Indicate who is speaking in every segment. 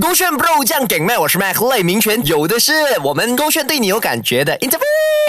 Speaker 1: 勾炫 bro 酱梗麦，我是 Mac 赖明权，有的是我们勾炫对你有感觉的
Speaker 2: 哎
Speaker 1: interview。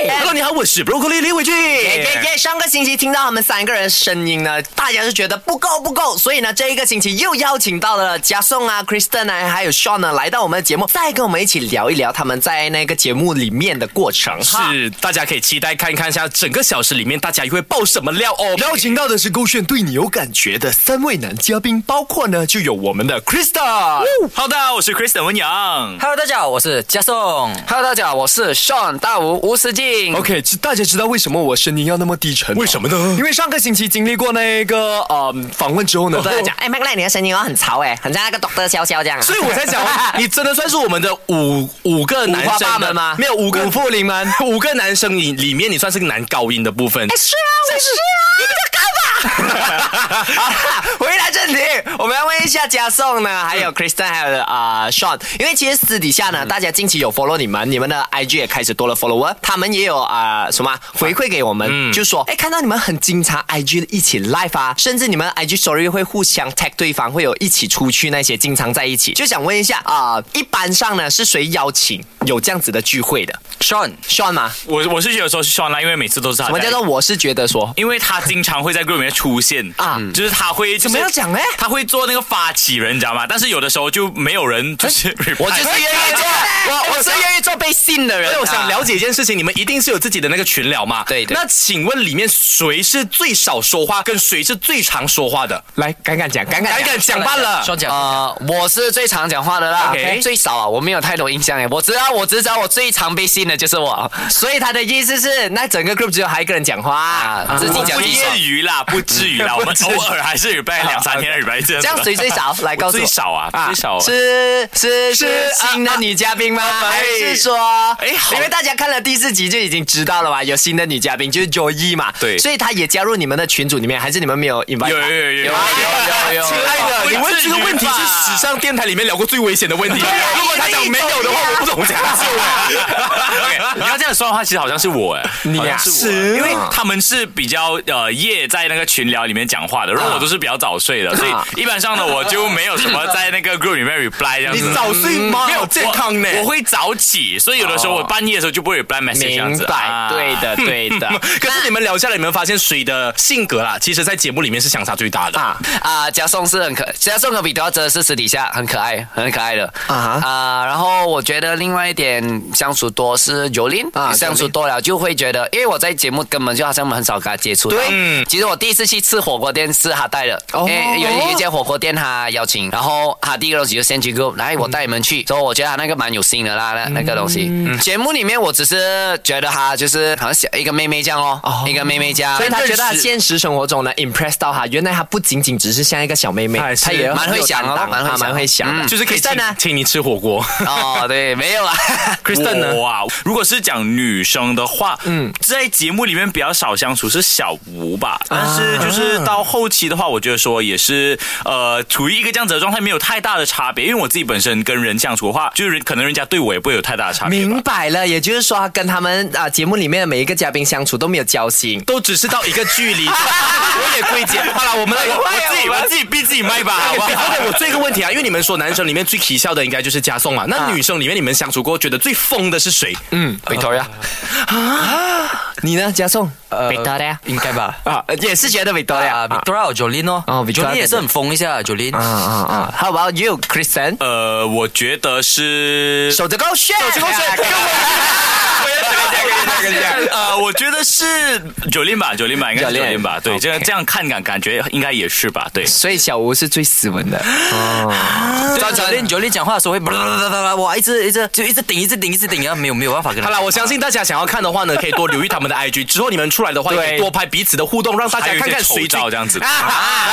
Speaker 1: 哎
Speaker 3: 啊
Speaker 4: Hello，你好，我是 Broccoli 李伟俊。
Speaker 1: 耶耶耶！上个星期听到他们三个人的声音呢，大家就觉得不够不够，所以呢，这一个星期又邀请到了嘉颂啊、Kristen 啊，还有 Sean 呢，来到我们的节目，再跟我们一起聊一聊他们在那个节目里面的过程啊哈。
Speaker 3: 啊
Speaker 4: 是，大家可以期待看看一下整个小时里面大家又会爆什么料哦。
Speaker 2: 邀请到的是勾炫对你有感觉的三位男嘉宾，包括呢就有我们的 Krista。
Speaker 4: 好的，我是 Kristen 文 阳。
Speaker 5: Hello，大家好，我是嘉颂。Hello，大家好，我是 Sean 大吴吴思静。
Speaker 2: OK，知大家知道为什么我声音要那么低沉？
Speaker 4: 为什么呢
Speaker 2: 因为上个星期经历过那个呃
Speaker 3: 嗯
Speaker 2: 访问之
Speaker 4: 哦
Speaker 2: 后呢，
Speaker 1: 我 跟你讲，哎，麦克赖，你的声音哦很潮哎，很像那个 Doctor 潇潇这样啊。
Speaker 4: 所以我才讲，
Speaker 3: 哦
Speaker 4: 你真的算是我们的五五个男
Speaker 3: 啊
Speaker 4: 生
Speaker 1: 五花八
Speaker 4: 的
Speaker 1: 门吗
Speaker 4: 没有五个
Speaker 2: 五富临门
Speaker 4: 五个男生里里面，你算是个男高音的部分。
Speaker 1: 是啊，我是啊，你们在干嘛？好啦回来正题，我们要问一下嘉颂呢，还有 Kristen，还有啊、呃 Sean，因为其实私底下呢，大家近期有 follow 你们，你们的 IG 也开始多了 follower，他们也有啊、呃什么啊回馈给我们，就说哎，看到你们很经常 IG 的一起 live 啊，甚至你们 IG story 会互相 tag 对方，会有一起出去那些，经常在一起，就想问一下啊、呃一般上呢是谁邀请有这样子的聚会的
Speaker 5: Sean，
Speaker 1: ？Sean 吗？
Speaker 3: 我我是觉得说是 Sean 啦，因为每次都是他在。
Speaker 1: 什么叫做我是觉得说？
Speaker 3: 因为他经常会在 group 里面出现
Speaker 1: 啊
Speaker 3: 啊，就是他会怎
Speaker 1: 怎么要讲呢？哎
Speaker 3: 他会做那个发起人，你知道吗？但是有的时候就没有人，就是
Speaker 4: 我就是愿意做，我我是愿意做被信的人。所以我想了解一件事情，你们一定是有自己的那个群聊嘛？
Speaker 1: 对对
Speaker 4: 那请问里面谁是最少说话，跟谁是最常说话的？
Speaker 1: 来，敢敢讲，敢敢
Speaker 4: 敢
Speaker 1: 讲
Speaker 4: 敢讲罢了。
Speaker 5: Sean 讲呃，我是最常讲话的啦
Speaker 4: OK
Speaker 5: 最少啊，我没有太多印象诶。我知道，我只知道我最常被信的就是我。
Speaker 1: 所以他的意思是，那整个 group 只有他一个人讲话，
Speaker 5: 啊
Speaker 1: 自己
Speaker 3: 不
Speaker 1: 讲自己爽
Speaker 3: 业余啦，不至于啦，我们偶尔还是礼拜两三天，礼拜一这样
Speaker 1: 这
Speaker 3: 子
Speaker 1: 样谁最少？来告诉我
Speaker 3: 最。少啊，最少啊
Speaker 1: 是是是
Speaker 4: 是啊
Speaker 1: 新的女嘉宾吗？还是说，
Speaker 4: 哎好
Speaker 1: 因为大家看了第四集就已经知道了嘛，有新的女嘉宾就是 Joey 嘛，
Speaker 3: 对
Speaker 1: 所以她也加入你们的群组里面，还是你们没有 invite？
Speaker 3: 有有
Speaker 1: 她
Speaker 3: 有有有
Speaker 5: 有有
Speaker 4: 亲爱的，你问这个问题
Speaker 3: 不至
Speaker 4: 是
Speaker 3: 于吧
Speaker 4: 史上电台里面聊过最危险的问题。
Speaker 1: 啊
Speaker 4: 如果他讲没有的话，我不懂
Speaker 3: 啊
Speaker 4: 怎么 做哎。
Speaker 3: OK，你要这样说的话，其实好像是我哎，你
Speaker 4: 啊
Speaker 3: 是我，因为他们是比较呃夜在那个群聊里面讲话的，然后我都是比较早睡的，所
Speaker 4: 啊
Speaker 3: 以一般上呢我就没有什么在那个 group 里面 reply 这样子。
Speaker 4: 早睡吗？没有健康呢。哦
Speaker 3: 我我会早起，所以有的时候我半夜的时候就不会 reply message 这样
Speaker 1: 明
Speaker 3: 子。
Speaker 1: 白
Speaker 3: 啊，
Speaker 1: 对的对的。
Speaker 4: 可是你们聊下来，你们发现谁的性格啦，其实在节目里面是相差最大的。
Speaker 1: 啊，
Speaker 5: 啊，嘉颂是很可，嘉颂和彼得真的是私底下很可爱，很可爱的
Speaker 1: 啊
Speaker 5: 啊
Speaker 1: 哈
Speaker 5: 然后我觉得另外一点相处多是尤林
Speaker 1: 啊
Speaker 5: 相处多了就会觉得，因为我在节目根本就好像很少跟他接触。
Speaker 1: 对
Speaker 5: 嗯，其实我第一次去吃火锅店是他带的，
Speaker 1: 哦
Speaker 5: 因为有一间火锅店他邀请，然后他第一个东西就先去 group，来我带你们
Speaker 1: 嗯
Speaker 5: 去，所以我觉得他那个蛮有心的啦，那那个东西。节目里面我只是觉得他就是好像小一个妹妹这样哦，一个妹妹这样，
Speaker 1: 啊所以他觉得他
Speaker 5: 认识
Speaker 1: 现实生活中呢 impress 到他，原来他不仅仅只是像一个小妹妹，
Speaker 4: 哎是
Speaker 1: 他也
Speaker 5: 蛮会
Speaker 1: 有
Speaker 5: 想
Speaker 1: 担
Speaker 5: 哦
Speaker 1: 当
Speaker 5: 蛮会
Speaker 1: 啊
Speaker 5: 想
Speaker 1: 蛮会想的，
Speaker 4: 嗯就是可以请
Speaker 1: Kristen 呢
Speaker 4: 请你吃火锅。
Speaker 5: 哦，对，没有啦。
Speaker 4: Kristen 呢？
Speaker 3: 哇，如果是讲女生的话，嗯，在节目里面比较少相处是小吴吧，
Speaker 4: 啊
Speaker 3: 但是就是到后期的话，我觉得说也是呃，处于一个这样子的状态，没有太大的差别，因为我自己本身跟人相处的话，就是人可能人家对我也不会有太大的差别吧
Speaker 1: 明。白了，也就是说，他跟他们啊节目里面的每一个嘉宾相处都没有交心。
Speaker 4: 都只是到一个距 离，我也归结。好了，我们来，我
Speaker 3: 我
Speaker 4: 自
Speaker 3: 自
Speaker 4: 己
Speaker 3: 己我自己逼自己麦吧，好不
Speaker 4: 对，
Speaker 3: 好？
Speaker 4: 我这个问题啊，因为你们说男生里面最奇笑的应该就是加
Speaker 1: 啊
Speaker 4: 颂嘛，那女生里面你们相处过觉得最疯的是谁？
Speaker 5: 嗯，Victoria，
Speaker 4: 啊
Speaker 1: 你呢，嘉颂？
Speaker 5: 北大的呀，
Speaker 6: 应该吧。
Speaker 1: 啊，也是觉得 Victoria
Speaker 6: 啊
Speaker 1: 啊
Speaker 6: ，Victoria Jolin 哦
Speaker 1: 哦，Victoria
Speaker 6: ，Jolin 也是很疯一下，Jolin。
Speaker 1: 啊啊！How about you, Kristen？
Speaker 3: 呃，我觉得是
Speaker 1: 守着高炫，守着高炫，跟我
Speaker 3: 呃，我觉得是九零吧，九零吧，应该是九
Speaker 1: Jolin
Speaker 3: 零吧，对，这样
Speaker 1: OK
Speaker 3: 这样看感感觉应该也是吧， 对。
Speaker 1: 所以小吴是最斯文的。
Speaker 6: Jolin Jolin 讲话的时候会哇，一直一直就一直顶，一直顶，一直顶啊，没有没有办法跟他。
Speaker 4: 好啦，我相信大家想要看的话呢，可以多留意他们的 IG，之后你们出来的话也
Speaker 1: 对
Speaker 4: 可以多拍彼此的互动，让大家看看谁最
Speaker 3: 还有一些丑照这样子
Speaker 4: 啊，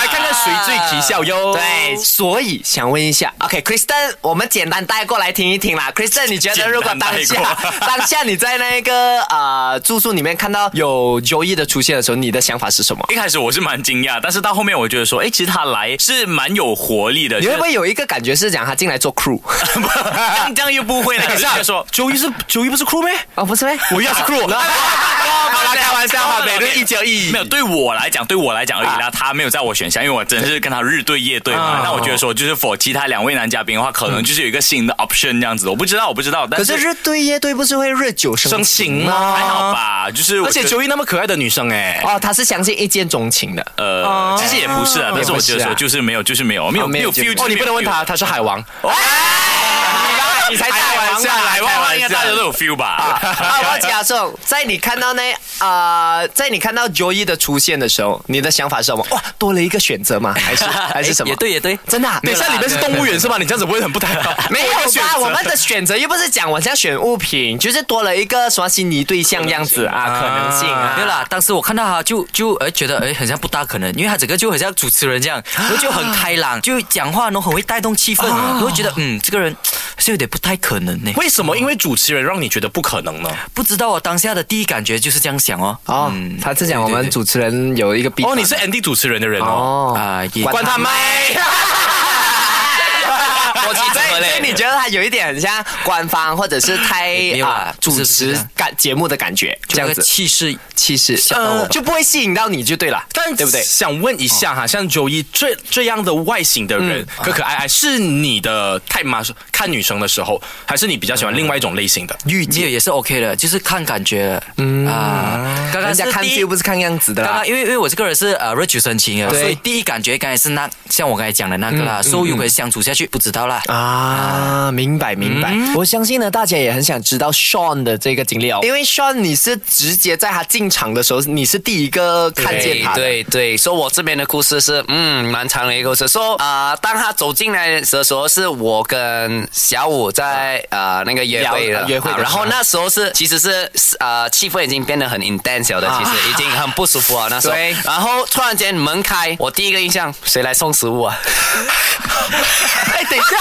Speaker 4: 来看看谁最奇笑
Speaker 3: 哦
Speaker 4: 哟。啊
Speaker 1: 对，所以想问一下，OK，Kristen，我们简单带过来听一听啦。Kristen，你觉得如果当
Speaker 3: 简
Speaker 1: 下
Speaker 3: 单
Speaker 1: 当下你在那个呃住宿里面看到有 Joey 的出现的时候，你的想法是什么？
Speaker 3: 一开始我是蛮惊讶，但是到后面我觉得说，哎，其实他来是蛮有活力的。
Speaker 1: 你
Speaker 3: 就
Speaker 1: 会
Speaker 3: 是
Speaker 1: 不会有一个感觉是讲他进来做 crew
Speaker 3: 啊 这样又不会了？可是就说
Speaker 4: 九一是九一不是 crew 咩？
Speaker 1: 啊？不是咩？ 哦
Speaker 4: 我要是 crew，
Speaker 1: 然后
Speaker 3: 哦
Speaker 4: 哎好啦，开玩笑哈，每日一交易
Speaker 3: 没。有，对我来讲，对我来讲
Speaker 4: 啊
Speaker 3: 而已啦。他没有在我选项，因为我真的是跟他日对夜对嘛。那我觉得说，就是否其他两位男嘉宾的话，可能就是有一个新的 option 这样子。我不知道，我不知道。但
Speaker 1: 可是日对夜对不是会日久生
Speaker 4: 生
Speaker 1: 情
Speaker 4: 情
Speaker 1: 吗？
Speaker 4: 吗
Speaker 3: 还好啊吧，就是我
Speaker 4: 而且
Speaker 3: 觉得
Speaker 4: 九一那么可爱的女生哎，
Speaker 1: 哦，他是相信一见钟情的。
Speaker 3: 呃，其实也不是啊，但是我觉得
Speaker 1: 也不是啊
Speaker 3: 说就是没有，就是没有，没有
Speaker 1: 没
Speaker 3: 没
Speaker 1: 有
Speaker 3: 有
Speaker 1: 结果
Speaker 3: feel。
Speaker 4: 哦，你不能问他，，哎他是海王。
Speaker 1: 你才大王
Speaker 4: 下来
Speaker 3: 来
Speaker 4: 开
Speaker 3: 万万
Speaker 4: 玩
Speaker 3: 应该
Speaker 4: 笑
Speaker 3: 大家都有 feel 吧？
Speaker 1: 啊，我假设在你看到那呃，在你看到 Joey 的出现的时候，你的想法是什么？哇，多了一个选择吗？还是还是什么？
Speaker 6: 也对也对，
Speaker 1: 真的、啊，
Speaker 4: 等一下里面是动物园是吧？你这样子不会很不太好。
Speaker 1: 没有吧？我们的选择又不是讲我要选物品，就是多了一个什么心仪对象这样子啊，可能性啊。
Speaker 6: 没有啦，当时我看到他就就呃觉得哎很像不大可能，因为他整个就很像主持人这样，然后就很开朗，就讲话呢很会带动气氛，我会觉得嗯这个人是有点不太可能呢。
Speaker 4: 为什么？因为主持人让你觉得不可能呢？
Speaker 6: 不知道我当下的第一感觉就是这样想哦。
Speaker 1: 哦，他是讲我们主持人有一个弊
Speaker 4: 哦，
Speaker 1: 端
Speaker 4: 你是 ND 主持人的人哦。
Speaker 1: 哦，
Speaker 6: 啊、也
Speaker 1: 关他麦。
Speaker 5: 我记
Speaker 1: 所以
Speaker 5: 得
Speaker 4: 哎
Speaker 1: 所以你
Speaker 5: 嘞。
Speaker 4: 啊
Speaker 1: 觉得他有一点很像官方，或者是太
Speaker 6: 没有
Speaker 1: 啊
Speaker 6: 啦不是
Speaker 1: 主
Speaker 6: 不是
Speaker 1: 持
Speaker 6: 这样
Speaker 1: 感节目的感觉，这
Speaker 6: 这
Speaker 1: 样
Speaker 6: 个
Speaker 1: 子
Speaker 6: 气势
Speaker 1: 气势，
Speaker 6: 到我吧
Speaker 1: 就不会吸引到你就对了，
Speaker 4: 但
Speaker 1: 对不对？
Speaker 4: 想问一下哈，像九一这这样的外形的人，可可爱爱，是你的太妈看女生的时候，还是你比较喜欢另外一种类型的？
Speaker 6: 御姐也是 OK 的，就是看感觉了。嗯啊，刚刚
Speaker 1: 人
Speaker 6: 是
Speaker 1: 家看
Speaker 6: 第
Speaker 1: feel
Speaker 6: 一
Speaker 1: 不是看样子的
Speaker 6: 刚
Speaker 1: 啦
Speaker 6: 刚。因为因为我这个人是呃日久生情的，
Speaker 1: 对
Speaker 6: 所以第一感觉刚才是那像我刚才讲的那个啦，所以有可能相处下去不知道啦。
Speaker 1: 啊，明白明白，我相信呢，大家也很想知道 Sean 的这个经历哦，因为 Sean 你是直接在他进场的时候，你是第一个看见他的，
Speaker 5: 对对对，说、我这边的故事是，嗯，蛮长的一个故事。说、啊，当他走进来的时候，是我跟小五在呃那个约会
Speaker 1: 聊
Speaker 5: 了，
Speaker 1: 呃约会的
Speaker 5: 啊
Speaker 1: 时候
Speaker 5: 然后那时候是其实是呃气氛已经变得很 intense 了的，
Speaker 4: 啊
Speaker 5: 其实已经很不舒服了 那时候
Speaker 1: 对。
Speaker 5: 然后突然间门开，我第一个印象，谁来送食物啊？
Speaker 4: 哎，等一下，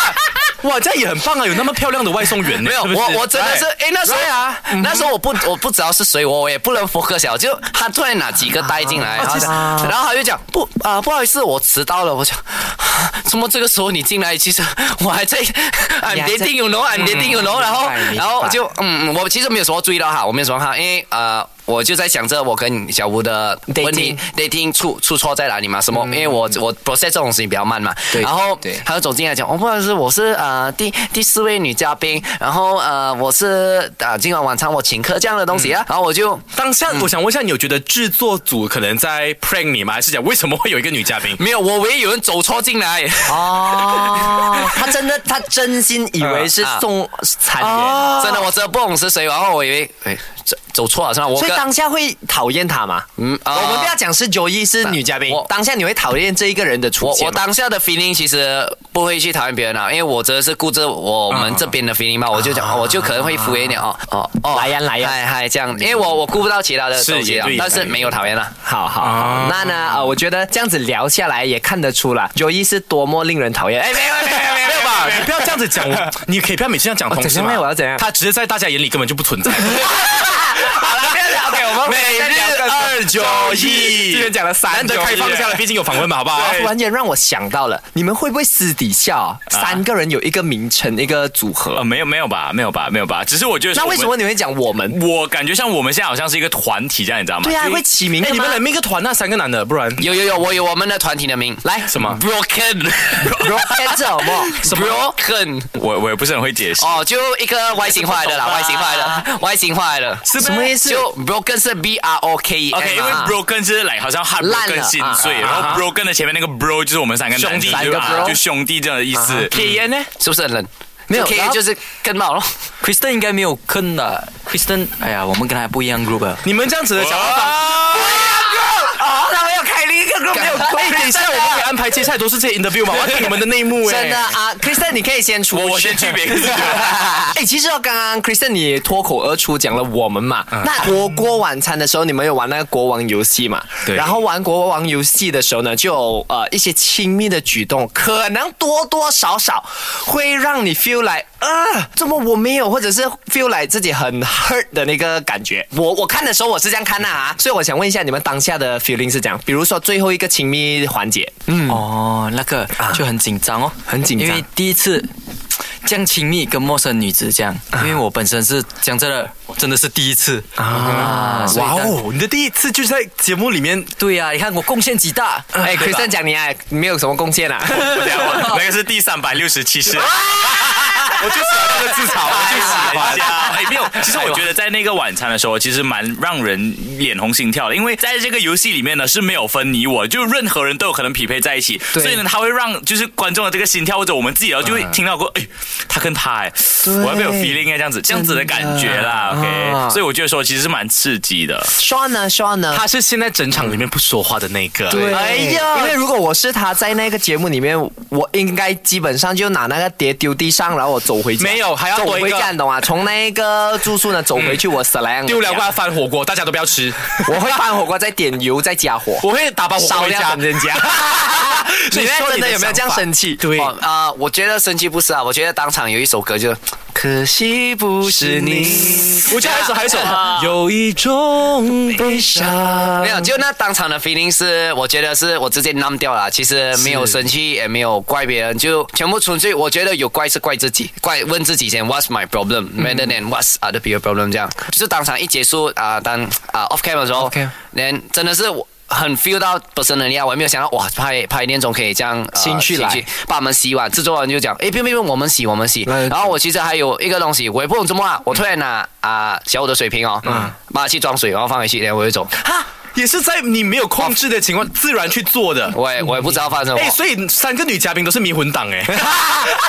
Speaker 4: 哇，这样也很棒啊，有那么漂亮的外送员呢。
Speaker 5: 没有，
Speaker 4: 是不是
Speaker 5: 我我真的是，哎、那时候啊，
Speaker 1: 嗯
Speaker 5: 那时候我不我不知道是谁，我我也不能 focus 了，就他突然拿几个袋进
Speaker 1: 啊
Speaker 5: 来，然后他然后他就讲不啊、不好意思，我迟到了，我讲。啊怎么这个时候你进来？其实我还在 ，I'm
Speaker 1: 还在嗯
Speaker 5: dating you know，I'm dating you know，然后
Speaker 1: 明白
Speaker 5: 然后就嗯，嗯我其实没有什么注意到哈，我没有什么哈，因为呃，我就在想着我跟小吴的问题 dating 出出错在哪里嘛？什么？因为我我 process 这种事情比较慢嘛，
Speaker 1: 嗯对
Speaker 5: 然后
Speaker 1: 对
Speaker 5: 他就走进来讲，哦，不好意思，我是呃第第四位女嘉宾，然后呃我是呃今晚晚餐我请客这样的东西
Speaker 1: 嗯
Speaker 5: 啊，然后我就
Speaker 4: 当下，我想问一下，你有觉得制作组可能在 prank 你吗？还是讲为什么会有一个女嘉宾？
Speaker 5: 没有，我唯一有人走错进来，
Speaker 1: 哦， 啊他真的他真心以为是送残员，
Speaker 5: 真的我真的不懂是谁，然后我以为哎走走错了是吧？我
Speaker 1: 所以
Speaker 5: 跟
Speaker 1: 当下会讨厌他嘛？嗯，
Speaker 5: 啊
Speaker 1: 我们不要讲是九一是女嘉宾
Speaker 5: 我，
Speaker 1: 当下你会讨厌这一个人的出
Speaker 5: 我
Speaker 1: 现
Speaker 5: 我
Speaker 1: 吗。
Speaker 5: 当下的 feeling 其实不会去讨厌别人啊，因为我真的是顾着我们这边的 feeling 嘛，我就讲，我就可能会敷衍一点哦哦哦，
Speaker 1: 来哎呀来呀
Speaker 5: 嗨嗨这样，因为我我顾不到其他的
Speaker 4: 是
Speaker 5: 东西
Speaker 4: 也
Speaker 5: 啊
Speaker 4: 对，
Speaker 5: 但是没有讨厌啊啦。
Speaker 1: 好好
Speaker 4: 啊
Speaker 1: 好，那呢？呃，我觉得这样子聊下来也看得出了，九一是多么令人讨厌。哎，没有没有没有没有吧？
Speaker 4: 你不要这样子讲，我啊你可以不要每次这样讲同事
Speaker 1: 怎
Speaker 4: 嘛
Speaker 1: 样。我要怎样
Speaker 4: 他只是在大家眼里根本就不存 在。哎
Speaker 1: 好了，不要聊。OK，我们呃
Speaker 4: 每日二九一，
Speaker 1: 今天讲了三
Speaker 4: 难得开放一 哎下了，毕竟有访问嘛，好不好？
Speaker 1: 突然间让我想到了，你们会不会私底下
Speaker 4: 啊
Speaker 1: 哦、三个人有一个名称、一个组合
Speaker 3: 呃，？没有没有吧，没有吧，没有吧，只是我觉得说
Speaker 1: 那
Speaker 3: 我
Speaker 1: 为
Speaker 3: 们
Speaker 1: 什么你会讲我
Speaker 4: 啊
Speaker 1: 们？
Speaker 3: 我感觉像我们现在好像是一个团体这样，你知道吗？
Speaker 1: 对啊，
Speaker 3: 就
Speaker 1: 会起名
Speaker 4: 哎，
Speaker 1: 的
Speaker 4: 你
Speaker 1: 吗
Speaker 4: 们？来命个团那三个男的，不
Speaker 1: 啊
Speaker 4: 然
Speaker 5: 有有有，我有我们的团体的名，来
Speaker 4: 什么？
Speaker 5: broken
Speaker 1: ，Rocket 啊什么？
Speaker 5: broken
Speaker 3: 我我也不是很会解释。
Speaker 5: 哦，就一个外形化来的啦，
Speaker 1: 这
Speaker 5: 外
Speaker 1: 个不
Speaker 5: 形
Speaker 1: 懂吧
Speaker 5: 化来的，外形化来的，
Speaker 1: 是什么意思
Speaker 5: 就 broken 是 b r o k e
Speaker 3: OK，因为 broken 是 like 好像 heart
Speaker 1: 啊烂了啊
Speaker 3: broken 心碎，然后 broken 的前面那个 bro 就是我们三个男
Speaker 1: 兄弟
Speaker 3: 生
Speaker 1: 三
Speaker 3: 就
Speaker 1: 个
Speaker 3: 啊
Speaker 1: bro 啊
Speaker 3: 就兄弟这样的意思。
Speaker 4: 铁烟呢？
Speaker 5: 是不是很冷？
Speaker 1: 没有
Speaker 5: K E
Speaker 1: 然后
Speaker 5: 就是更冒咯。
Speaker 6: Kristen 应该没有坑的，Kristen，哎呀，我们跟他不一样 group 啊。
Speaker 4: 你们这样子的想法，
Speaker 1: 啊哦，他们要开另一个 group，没有啊
Speaker 4: 哎，等一下我们可以安排接下来都是这些 interview 嘛，我要听你们的内幕哎。
Speaker 1: 真的啊，Kristen，你可以先出去。
Speaker 3: 我我先去别个
Speaker 1: 哎，其实哦刚刚 Kristen 你脱口而出讲了我们嘛，那火锅晚餐的时候你们有玩那个国王游戏嘛？
Speaker 4: 对
Speaker 1: 然后玩国王游戏的时候呢，就有呃一些亲密的举动，可能多多少少会让你 feel 来啊，怎么我没有，或者是 feel 来自己很 hurt 的那个感觉。我我看的时候我是这样看的啊，所以我想问一下你们当下的 feeling 是怎样？比如说最后一个亲密环节，嗯，
Speaker 6: 啊哦，那个就很紧张哦，
Speaker 1: 很紧张
Speaker 6: 因为第一次这样亲密跟陌生女子这样，因为我本身是讲真的，真的是第一次啊，所以
Speaker 4: 哇
Speaker 6: 当，
Speaker 4: 哦，你的第一次就是在节目里面，
Speaker 6: 对呀、你看我贡献几大，
Speaker 1: 哎
Speaker 6: 对吧
Speaker 1: ，Kristen 讲你啊，没有什么贡 献啊。
Speaker 3: 不了我那个是第三百六十七次。
Speaker 4: 啊我就喜欢那个自嘲，我就喜欢。
Speaker 3: 哎，没有，其实我觉得在那个晚餐的时候，其实蛮让人脸红心跳的，因为在这个游戏里面呢是没有分你我，就任何人都有可能匹配在一起，所以呢，他会让就是观众的这个心跳或者我们自己然后就会听到过，哎，他跟他哎，我要不要有 feeling 哎这样子这样子的感觉啦，OK，所以我觉得说其实是蛮刺激的。
Speaker 1: Sean 呢？Sean 呢？
Speaker 4: 他是现在整场里面不说话的那个，
Speaker 1: 对，
Speaker 5: 哎呀
Speaker 1: 因为如果我是他在那个节目里面，我应该基本上就拿那个碟丢地上，然后我走回家。
Speaker 4: 没有还要
Speaker 1: 走
Speaker 4: 多一
Speaker 1: 回
Speaker 4: 个
Speaker 1: 家，你懂吗？从那个住宿呢走回去，我死了。
Speaker 4: 丢两块翻火锅，大家都不要吃，
Speaker 1: 我会放火锅，再点油，再加火，
Speaker 4: 我会打包火锅
Speaker 1: 烧
Speaker 4: 回
Speaker 1: 掉
Speaker 4: 家
Speaker 1: 等。人家。你
Speaker 4: 你
Speaker 1: 现在
Speaker 4: 说
Speaker 1: 真
Speaker 4: 你
Speaker 1: 的
Speaker 4: 的
Speaker 1: 有没有这样
Speaker 4: 想法
Speaker 1: 生气？
Speaker 4: 对
Speaker 5: 哦啊、我觉得生气不是啊，我觉得当场有一首歌就，可惜不是你。
Speaker 4: 我觉得还有一首，还有一 首，有一种悲
Speaker 1: 嗯
Speaker 4: 伤。
Speaker 5: 没有，就那当场的 feeling 是，我觉得是我直接 numb 掉了。其实没有生气，也没有怪别人，就全部纯粹，我觉得有怪是怪自己，怪问自己先 What's my
Speaker 1: 嗯
Speaker 5: problem，rather than What's other people problem 这样。就是当场一结束啊、当啊、off cam 的时候
Speaker 1: Off cam，
Speaker 5: 连真的是我。很 feel 到本身能力啊！我也没有想到哇，拍拍恋综可以这样、呃
Speaker 1: 情绪来
Speaker 5: 把我们洗碗，制作人就讲，哎，不用不用，我们洗我们洗。
Speaker 1: 嗯
Speaker 5: 然后我其实还有一个东西，我也不懂怎么啊，我突然拿啊、小五的水瓶哦，
Speaker 1: 嗯
Speaker 5: 把它去装水，然后放回去，然后我就走。
Speaker 4: 哈，也是在你没有控制的情况自然去做的。
Speaker 5: 我也我也不知道发生什么。
Speaker 4: 哎、所以三个女嘉宾都是迷魂党哎、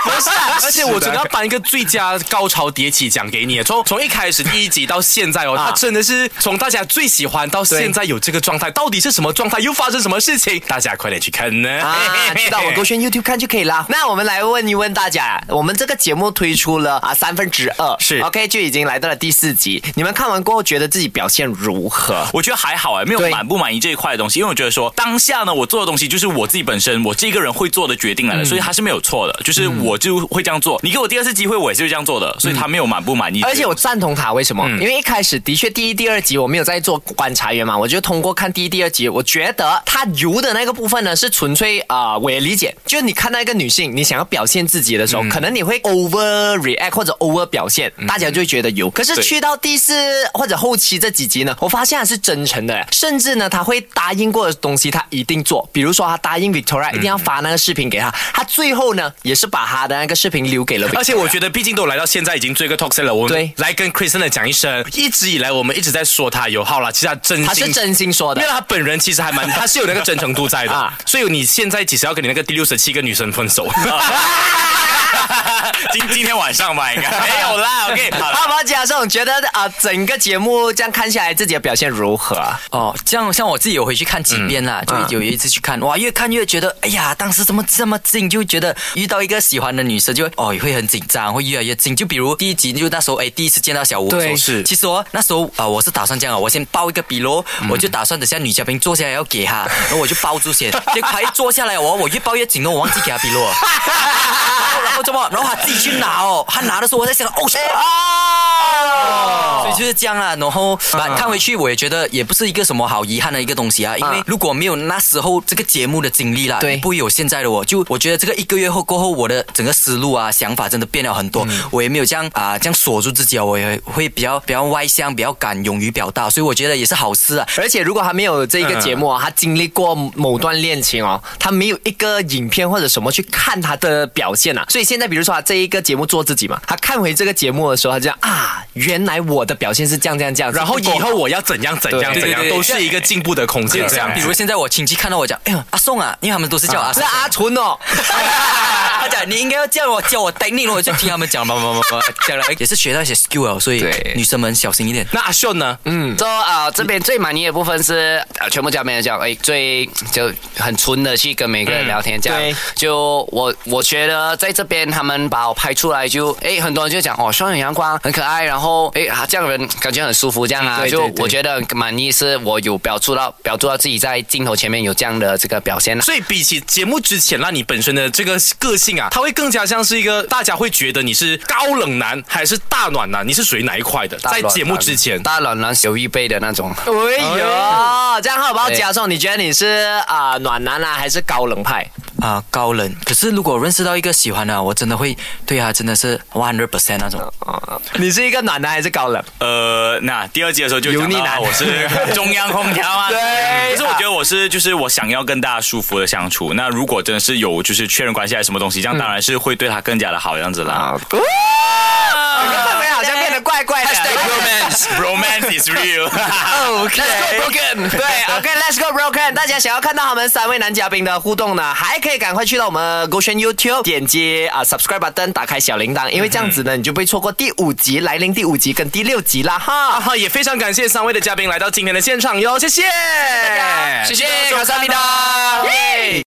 Speaker 4: 不 是、啊而且我真的要颁一个最佳高潮迭起奖给你。从从一开始第一集到现在哦，他真的是从大家最喜欢到现在有这个状态，到底是什么状态？又发生什么事情？大家快点去看呢！
Speaker 1: 啊，去到我勾选 YouTube 看就可以啦。那我们来问一问大家，我们这个节目推出了啊三分之二，
Speaker 3: 是
Speaker 1: OK 就已经来到了第四集。你们看完过后觉得自己表现如何？
Speaker 3: 我觉得还好哎，没有
Speaker 1: 对
Speaker 3: 满不满意这一块的东西，因为我觉得说当下呢，我做的东西就是我自己本身我这个人会做的决定
Speaker 4: 嗯
Speaker 3: 来的，所以他是没有错的，就是我就会这样做。你给我第二次机会，我也是会这样做的，所以他没有满不
Speaker 4: 嗯
Speaker 3: 满意。
Speaker 1: 而且我赞同他，为什么？因为一开始的确第一、第二集我没有在做观察员嘛，我就通过看第一、第二集，我觉得他油的那个部分呢是纯粹啊、呃我也理解，就是你看到一个女性，你想要表现自己的时
Speaker 4: 嗯
Speaker 1: 候，可能你会 over react 或者 over 表现，大家就会觉得油。可是去到第四或者后期这几集呢，我发现他是真诚的，甚至呢他会答应过的东西他一定做，比如说他答应 Victoria
Speaker 4: 嗯
Speaker 1: 一定要发那个视频给他，他最后呢也是把他的那个视频留给了 Victoria。
Speaker 4: 而且我觉得，毕竟都来到现在，已经做一个 talk set 了，我
Speaker 1: 对
Speaker 4: 们来跟 Kristen 的讲一声。一直以来，我们一直在说他有好啦，其实他真心
Speaker 1: 他是真心说的
Speaker 4: 因为。他本人其实 还蛮，他是有那个真诚度在的，
Speaker 1: 啊
Speaker 4: 所以你现在其实要跟你那个第六十七个女生分手，
Speaker 3: 今今天晚上吧，应该 没有啦。OK，好了。
Speaker 1: 阿宝假设，你觉得啊、呃整个节目这样看下来，自己的表现如何？啊
Speaker 6: 哦，这样像我自己有回去看几遍啦，就有一次去看，哇，越看越觉得，哎呀，当时怎么这么近，就觉得遇到一个喜欢的女生就会哦会很紧张，会越来越近。就比如第一集，就那时候哎第一次见到小吴的时候，
Speaker 1: 对
Speaker 4: 是
Speaker 6: 其实哦那时候啊、我是打算这样啊，我先抱一个比咯，我就打算等下女嘉宾坐下来要给她，然后我就抱住先， 结果她一坐下来哦，我越抱越紧哦，我忘记给她比咯。然后然后怎么？然后她自己去拿哦，她拿的时候我在想，哦，是所以就是这样啦。然后反看回去，我也觉得也不是一个什么好遗憾的一个东西啊，因为如果没有那时候这个节目的经历啦，
Speaker 1: 对
Speaker 6: 也不会有现在的我。就我觉得这个一个月后过后，我的整个思路啊、想法真的变了很多。我也没有这样啊、这样锁住自己啊，我也会比较比较外向，比较敢勇于表达，所以我觉得也是好事啊。
Speaker 1: 而且如果他没有这个节目
Speaker 4: 嗯
Speaker 1: 啊，他经历过某段恋情哦，他没有一个影片或者什么去看他的表现啊，所以现在比如说他这一个节目做自己嘛，他看回这个节目的时候，他就啊，原来我的表现是这样这样这样，
Speaker 4: 然后以后我要怎样怎样
Speaker 1: 对
Speaker 4: 怎样，
Speaker 6: 对对对
Speaker 4: 都是一个进步的空间。这样
Speaker 6: 像比如现在我亲戚看到我讲，哎呦阿宋啊，因为他们都是叫我阿
Speaker 1: 是
Speaker 6: 宋。
Speaker 1: 阿纯哦，
Speaker 6: 他讲你应该要叫我叫我 Danny 咯，我就听他们讲嘛嘛嘛嘛，讲了哎也是学到一些 skill 了，所以
Speaker 5: 对
Speaker 6: 女生们小心一 点。
Speaker 4: 那阿秀呢？嗯，
Speaker 5: 之后啊，呃这边最满意的部分是，呃、全部嘉宾讲，哎，最就很纯的去跟每个人聊天，这样。
Speaker 1: 对
Speaker 5: 就我我觉得在这边他们把我拍出来就，哎，很多人就讲哦，双眼阳光很可爱，然后哎，啊这样人感觉很舒服，这样啊，
Speaker 1: 对对对
Speaker 5: 就我觉得很满意，是我有表述到表述到自己在镜头前面有这样的这个表现啦。啊
Speaker 4: 所以比起节目之前，那你本身的这个个性啊，它会更加像是一个大家会觉得你是高冷男还是大暖男，你是属于哪一块的？在节目之前，
Speaker 5: 大暖男有预备的那种。
Speaker 1: 哎呦，这样好不好？
Speaker 5: 对
Speaker 1: 加送，你觉得你是啊、呃暖男啊，还是高冷派？
Speaker 6: 啊、高冷。可是如果认识到一个喜欢的，我真的会对他真的是 one hundred percent 那种。
Speaker 1: 你是一个暖男还是高冷？
Speaker 3: 呃，那第二季的时候就
Speaker 1: 油腻
Speaker 3: 讲到
Speaker 1: 男
Speaker 3: 我是中央空 调啊。
Speaker 1: 对
Speaker 3: 可是我觉得我是就是我想要跟大家舒服的相处。那如果真的是有就是确认关系还是什么东西，这样当然是会对他更加的好这样子
Speaker 1: 啊
Speaker 3: 啦。
Speaker 4: 啊
Speaker 1: 哇，你的氛围好像变得怪怪的。
Speaker 3: Romance is real。
Speaker 1: OK，对，OK，Let's、go broken。大家想要看到他们三位男嘉宾的互动呢，还可以赶快去到我们勾选 YouTube，点击啊、subscribe button，打开小铃铛，因为这样子呢，你就不会错过第五集来临第五集跟第六集啦哈。
Speaker 4: 啊好，也非常感谢三位的嘉宾来到今天的现场哟，谢谢，
Speaker 5: 谢谢，卡萨米达。
Speaker 1: 耶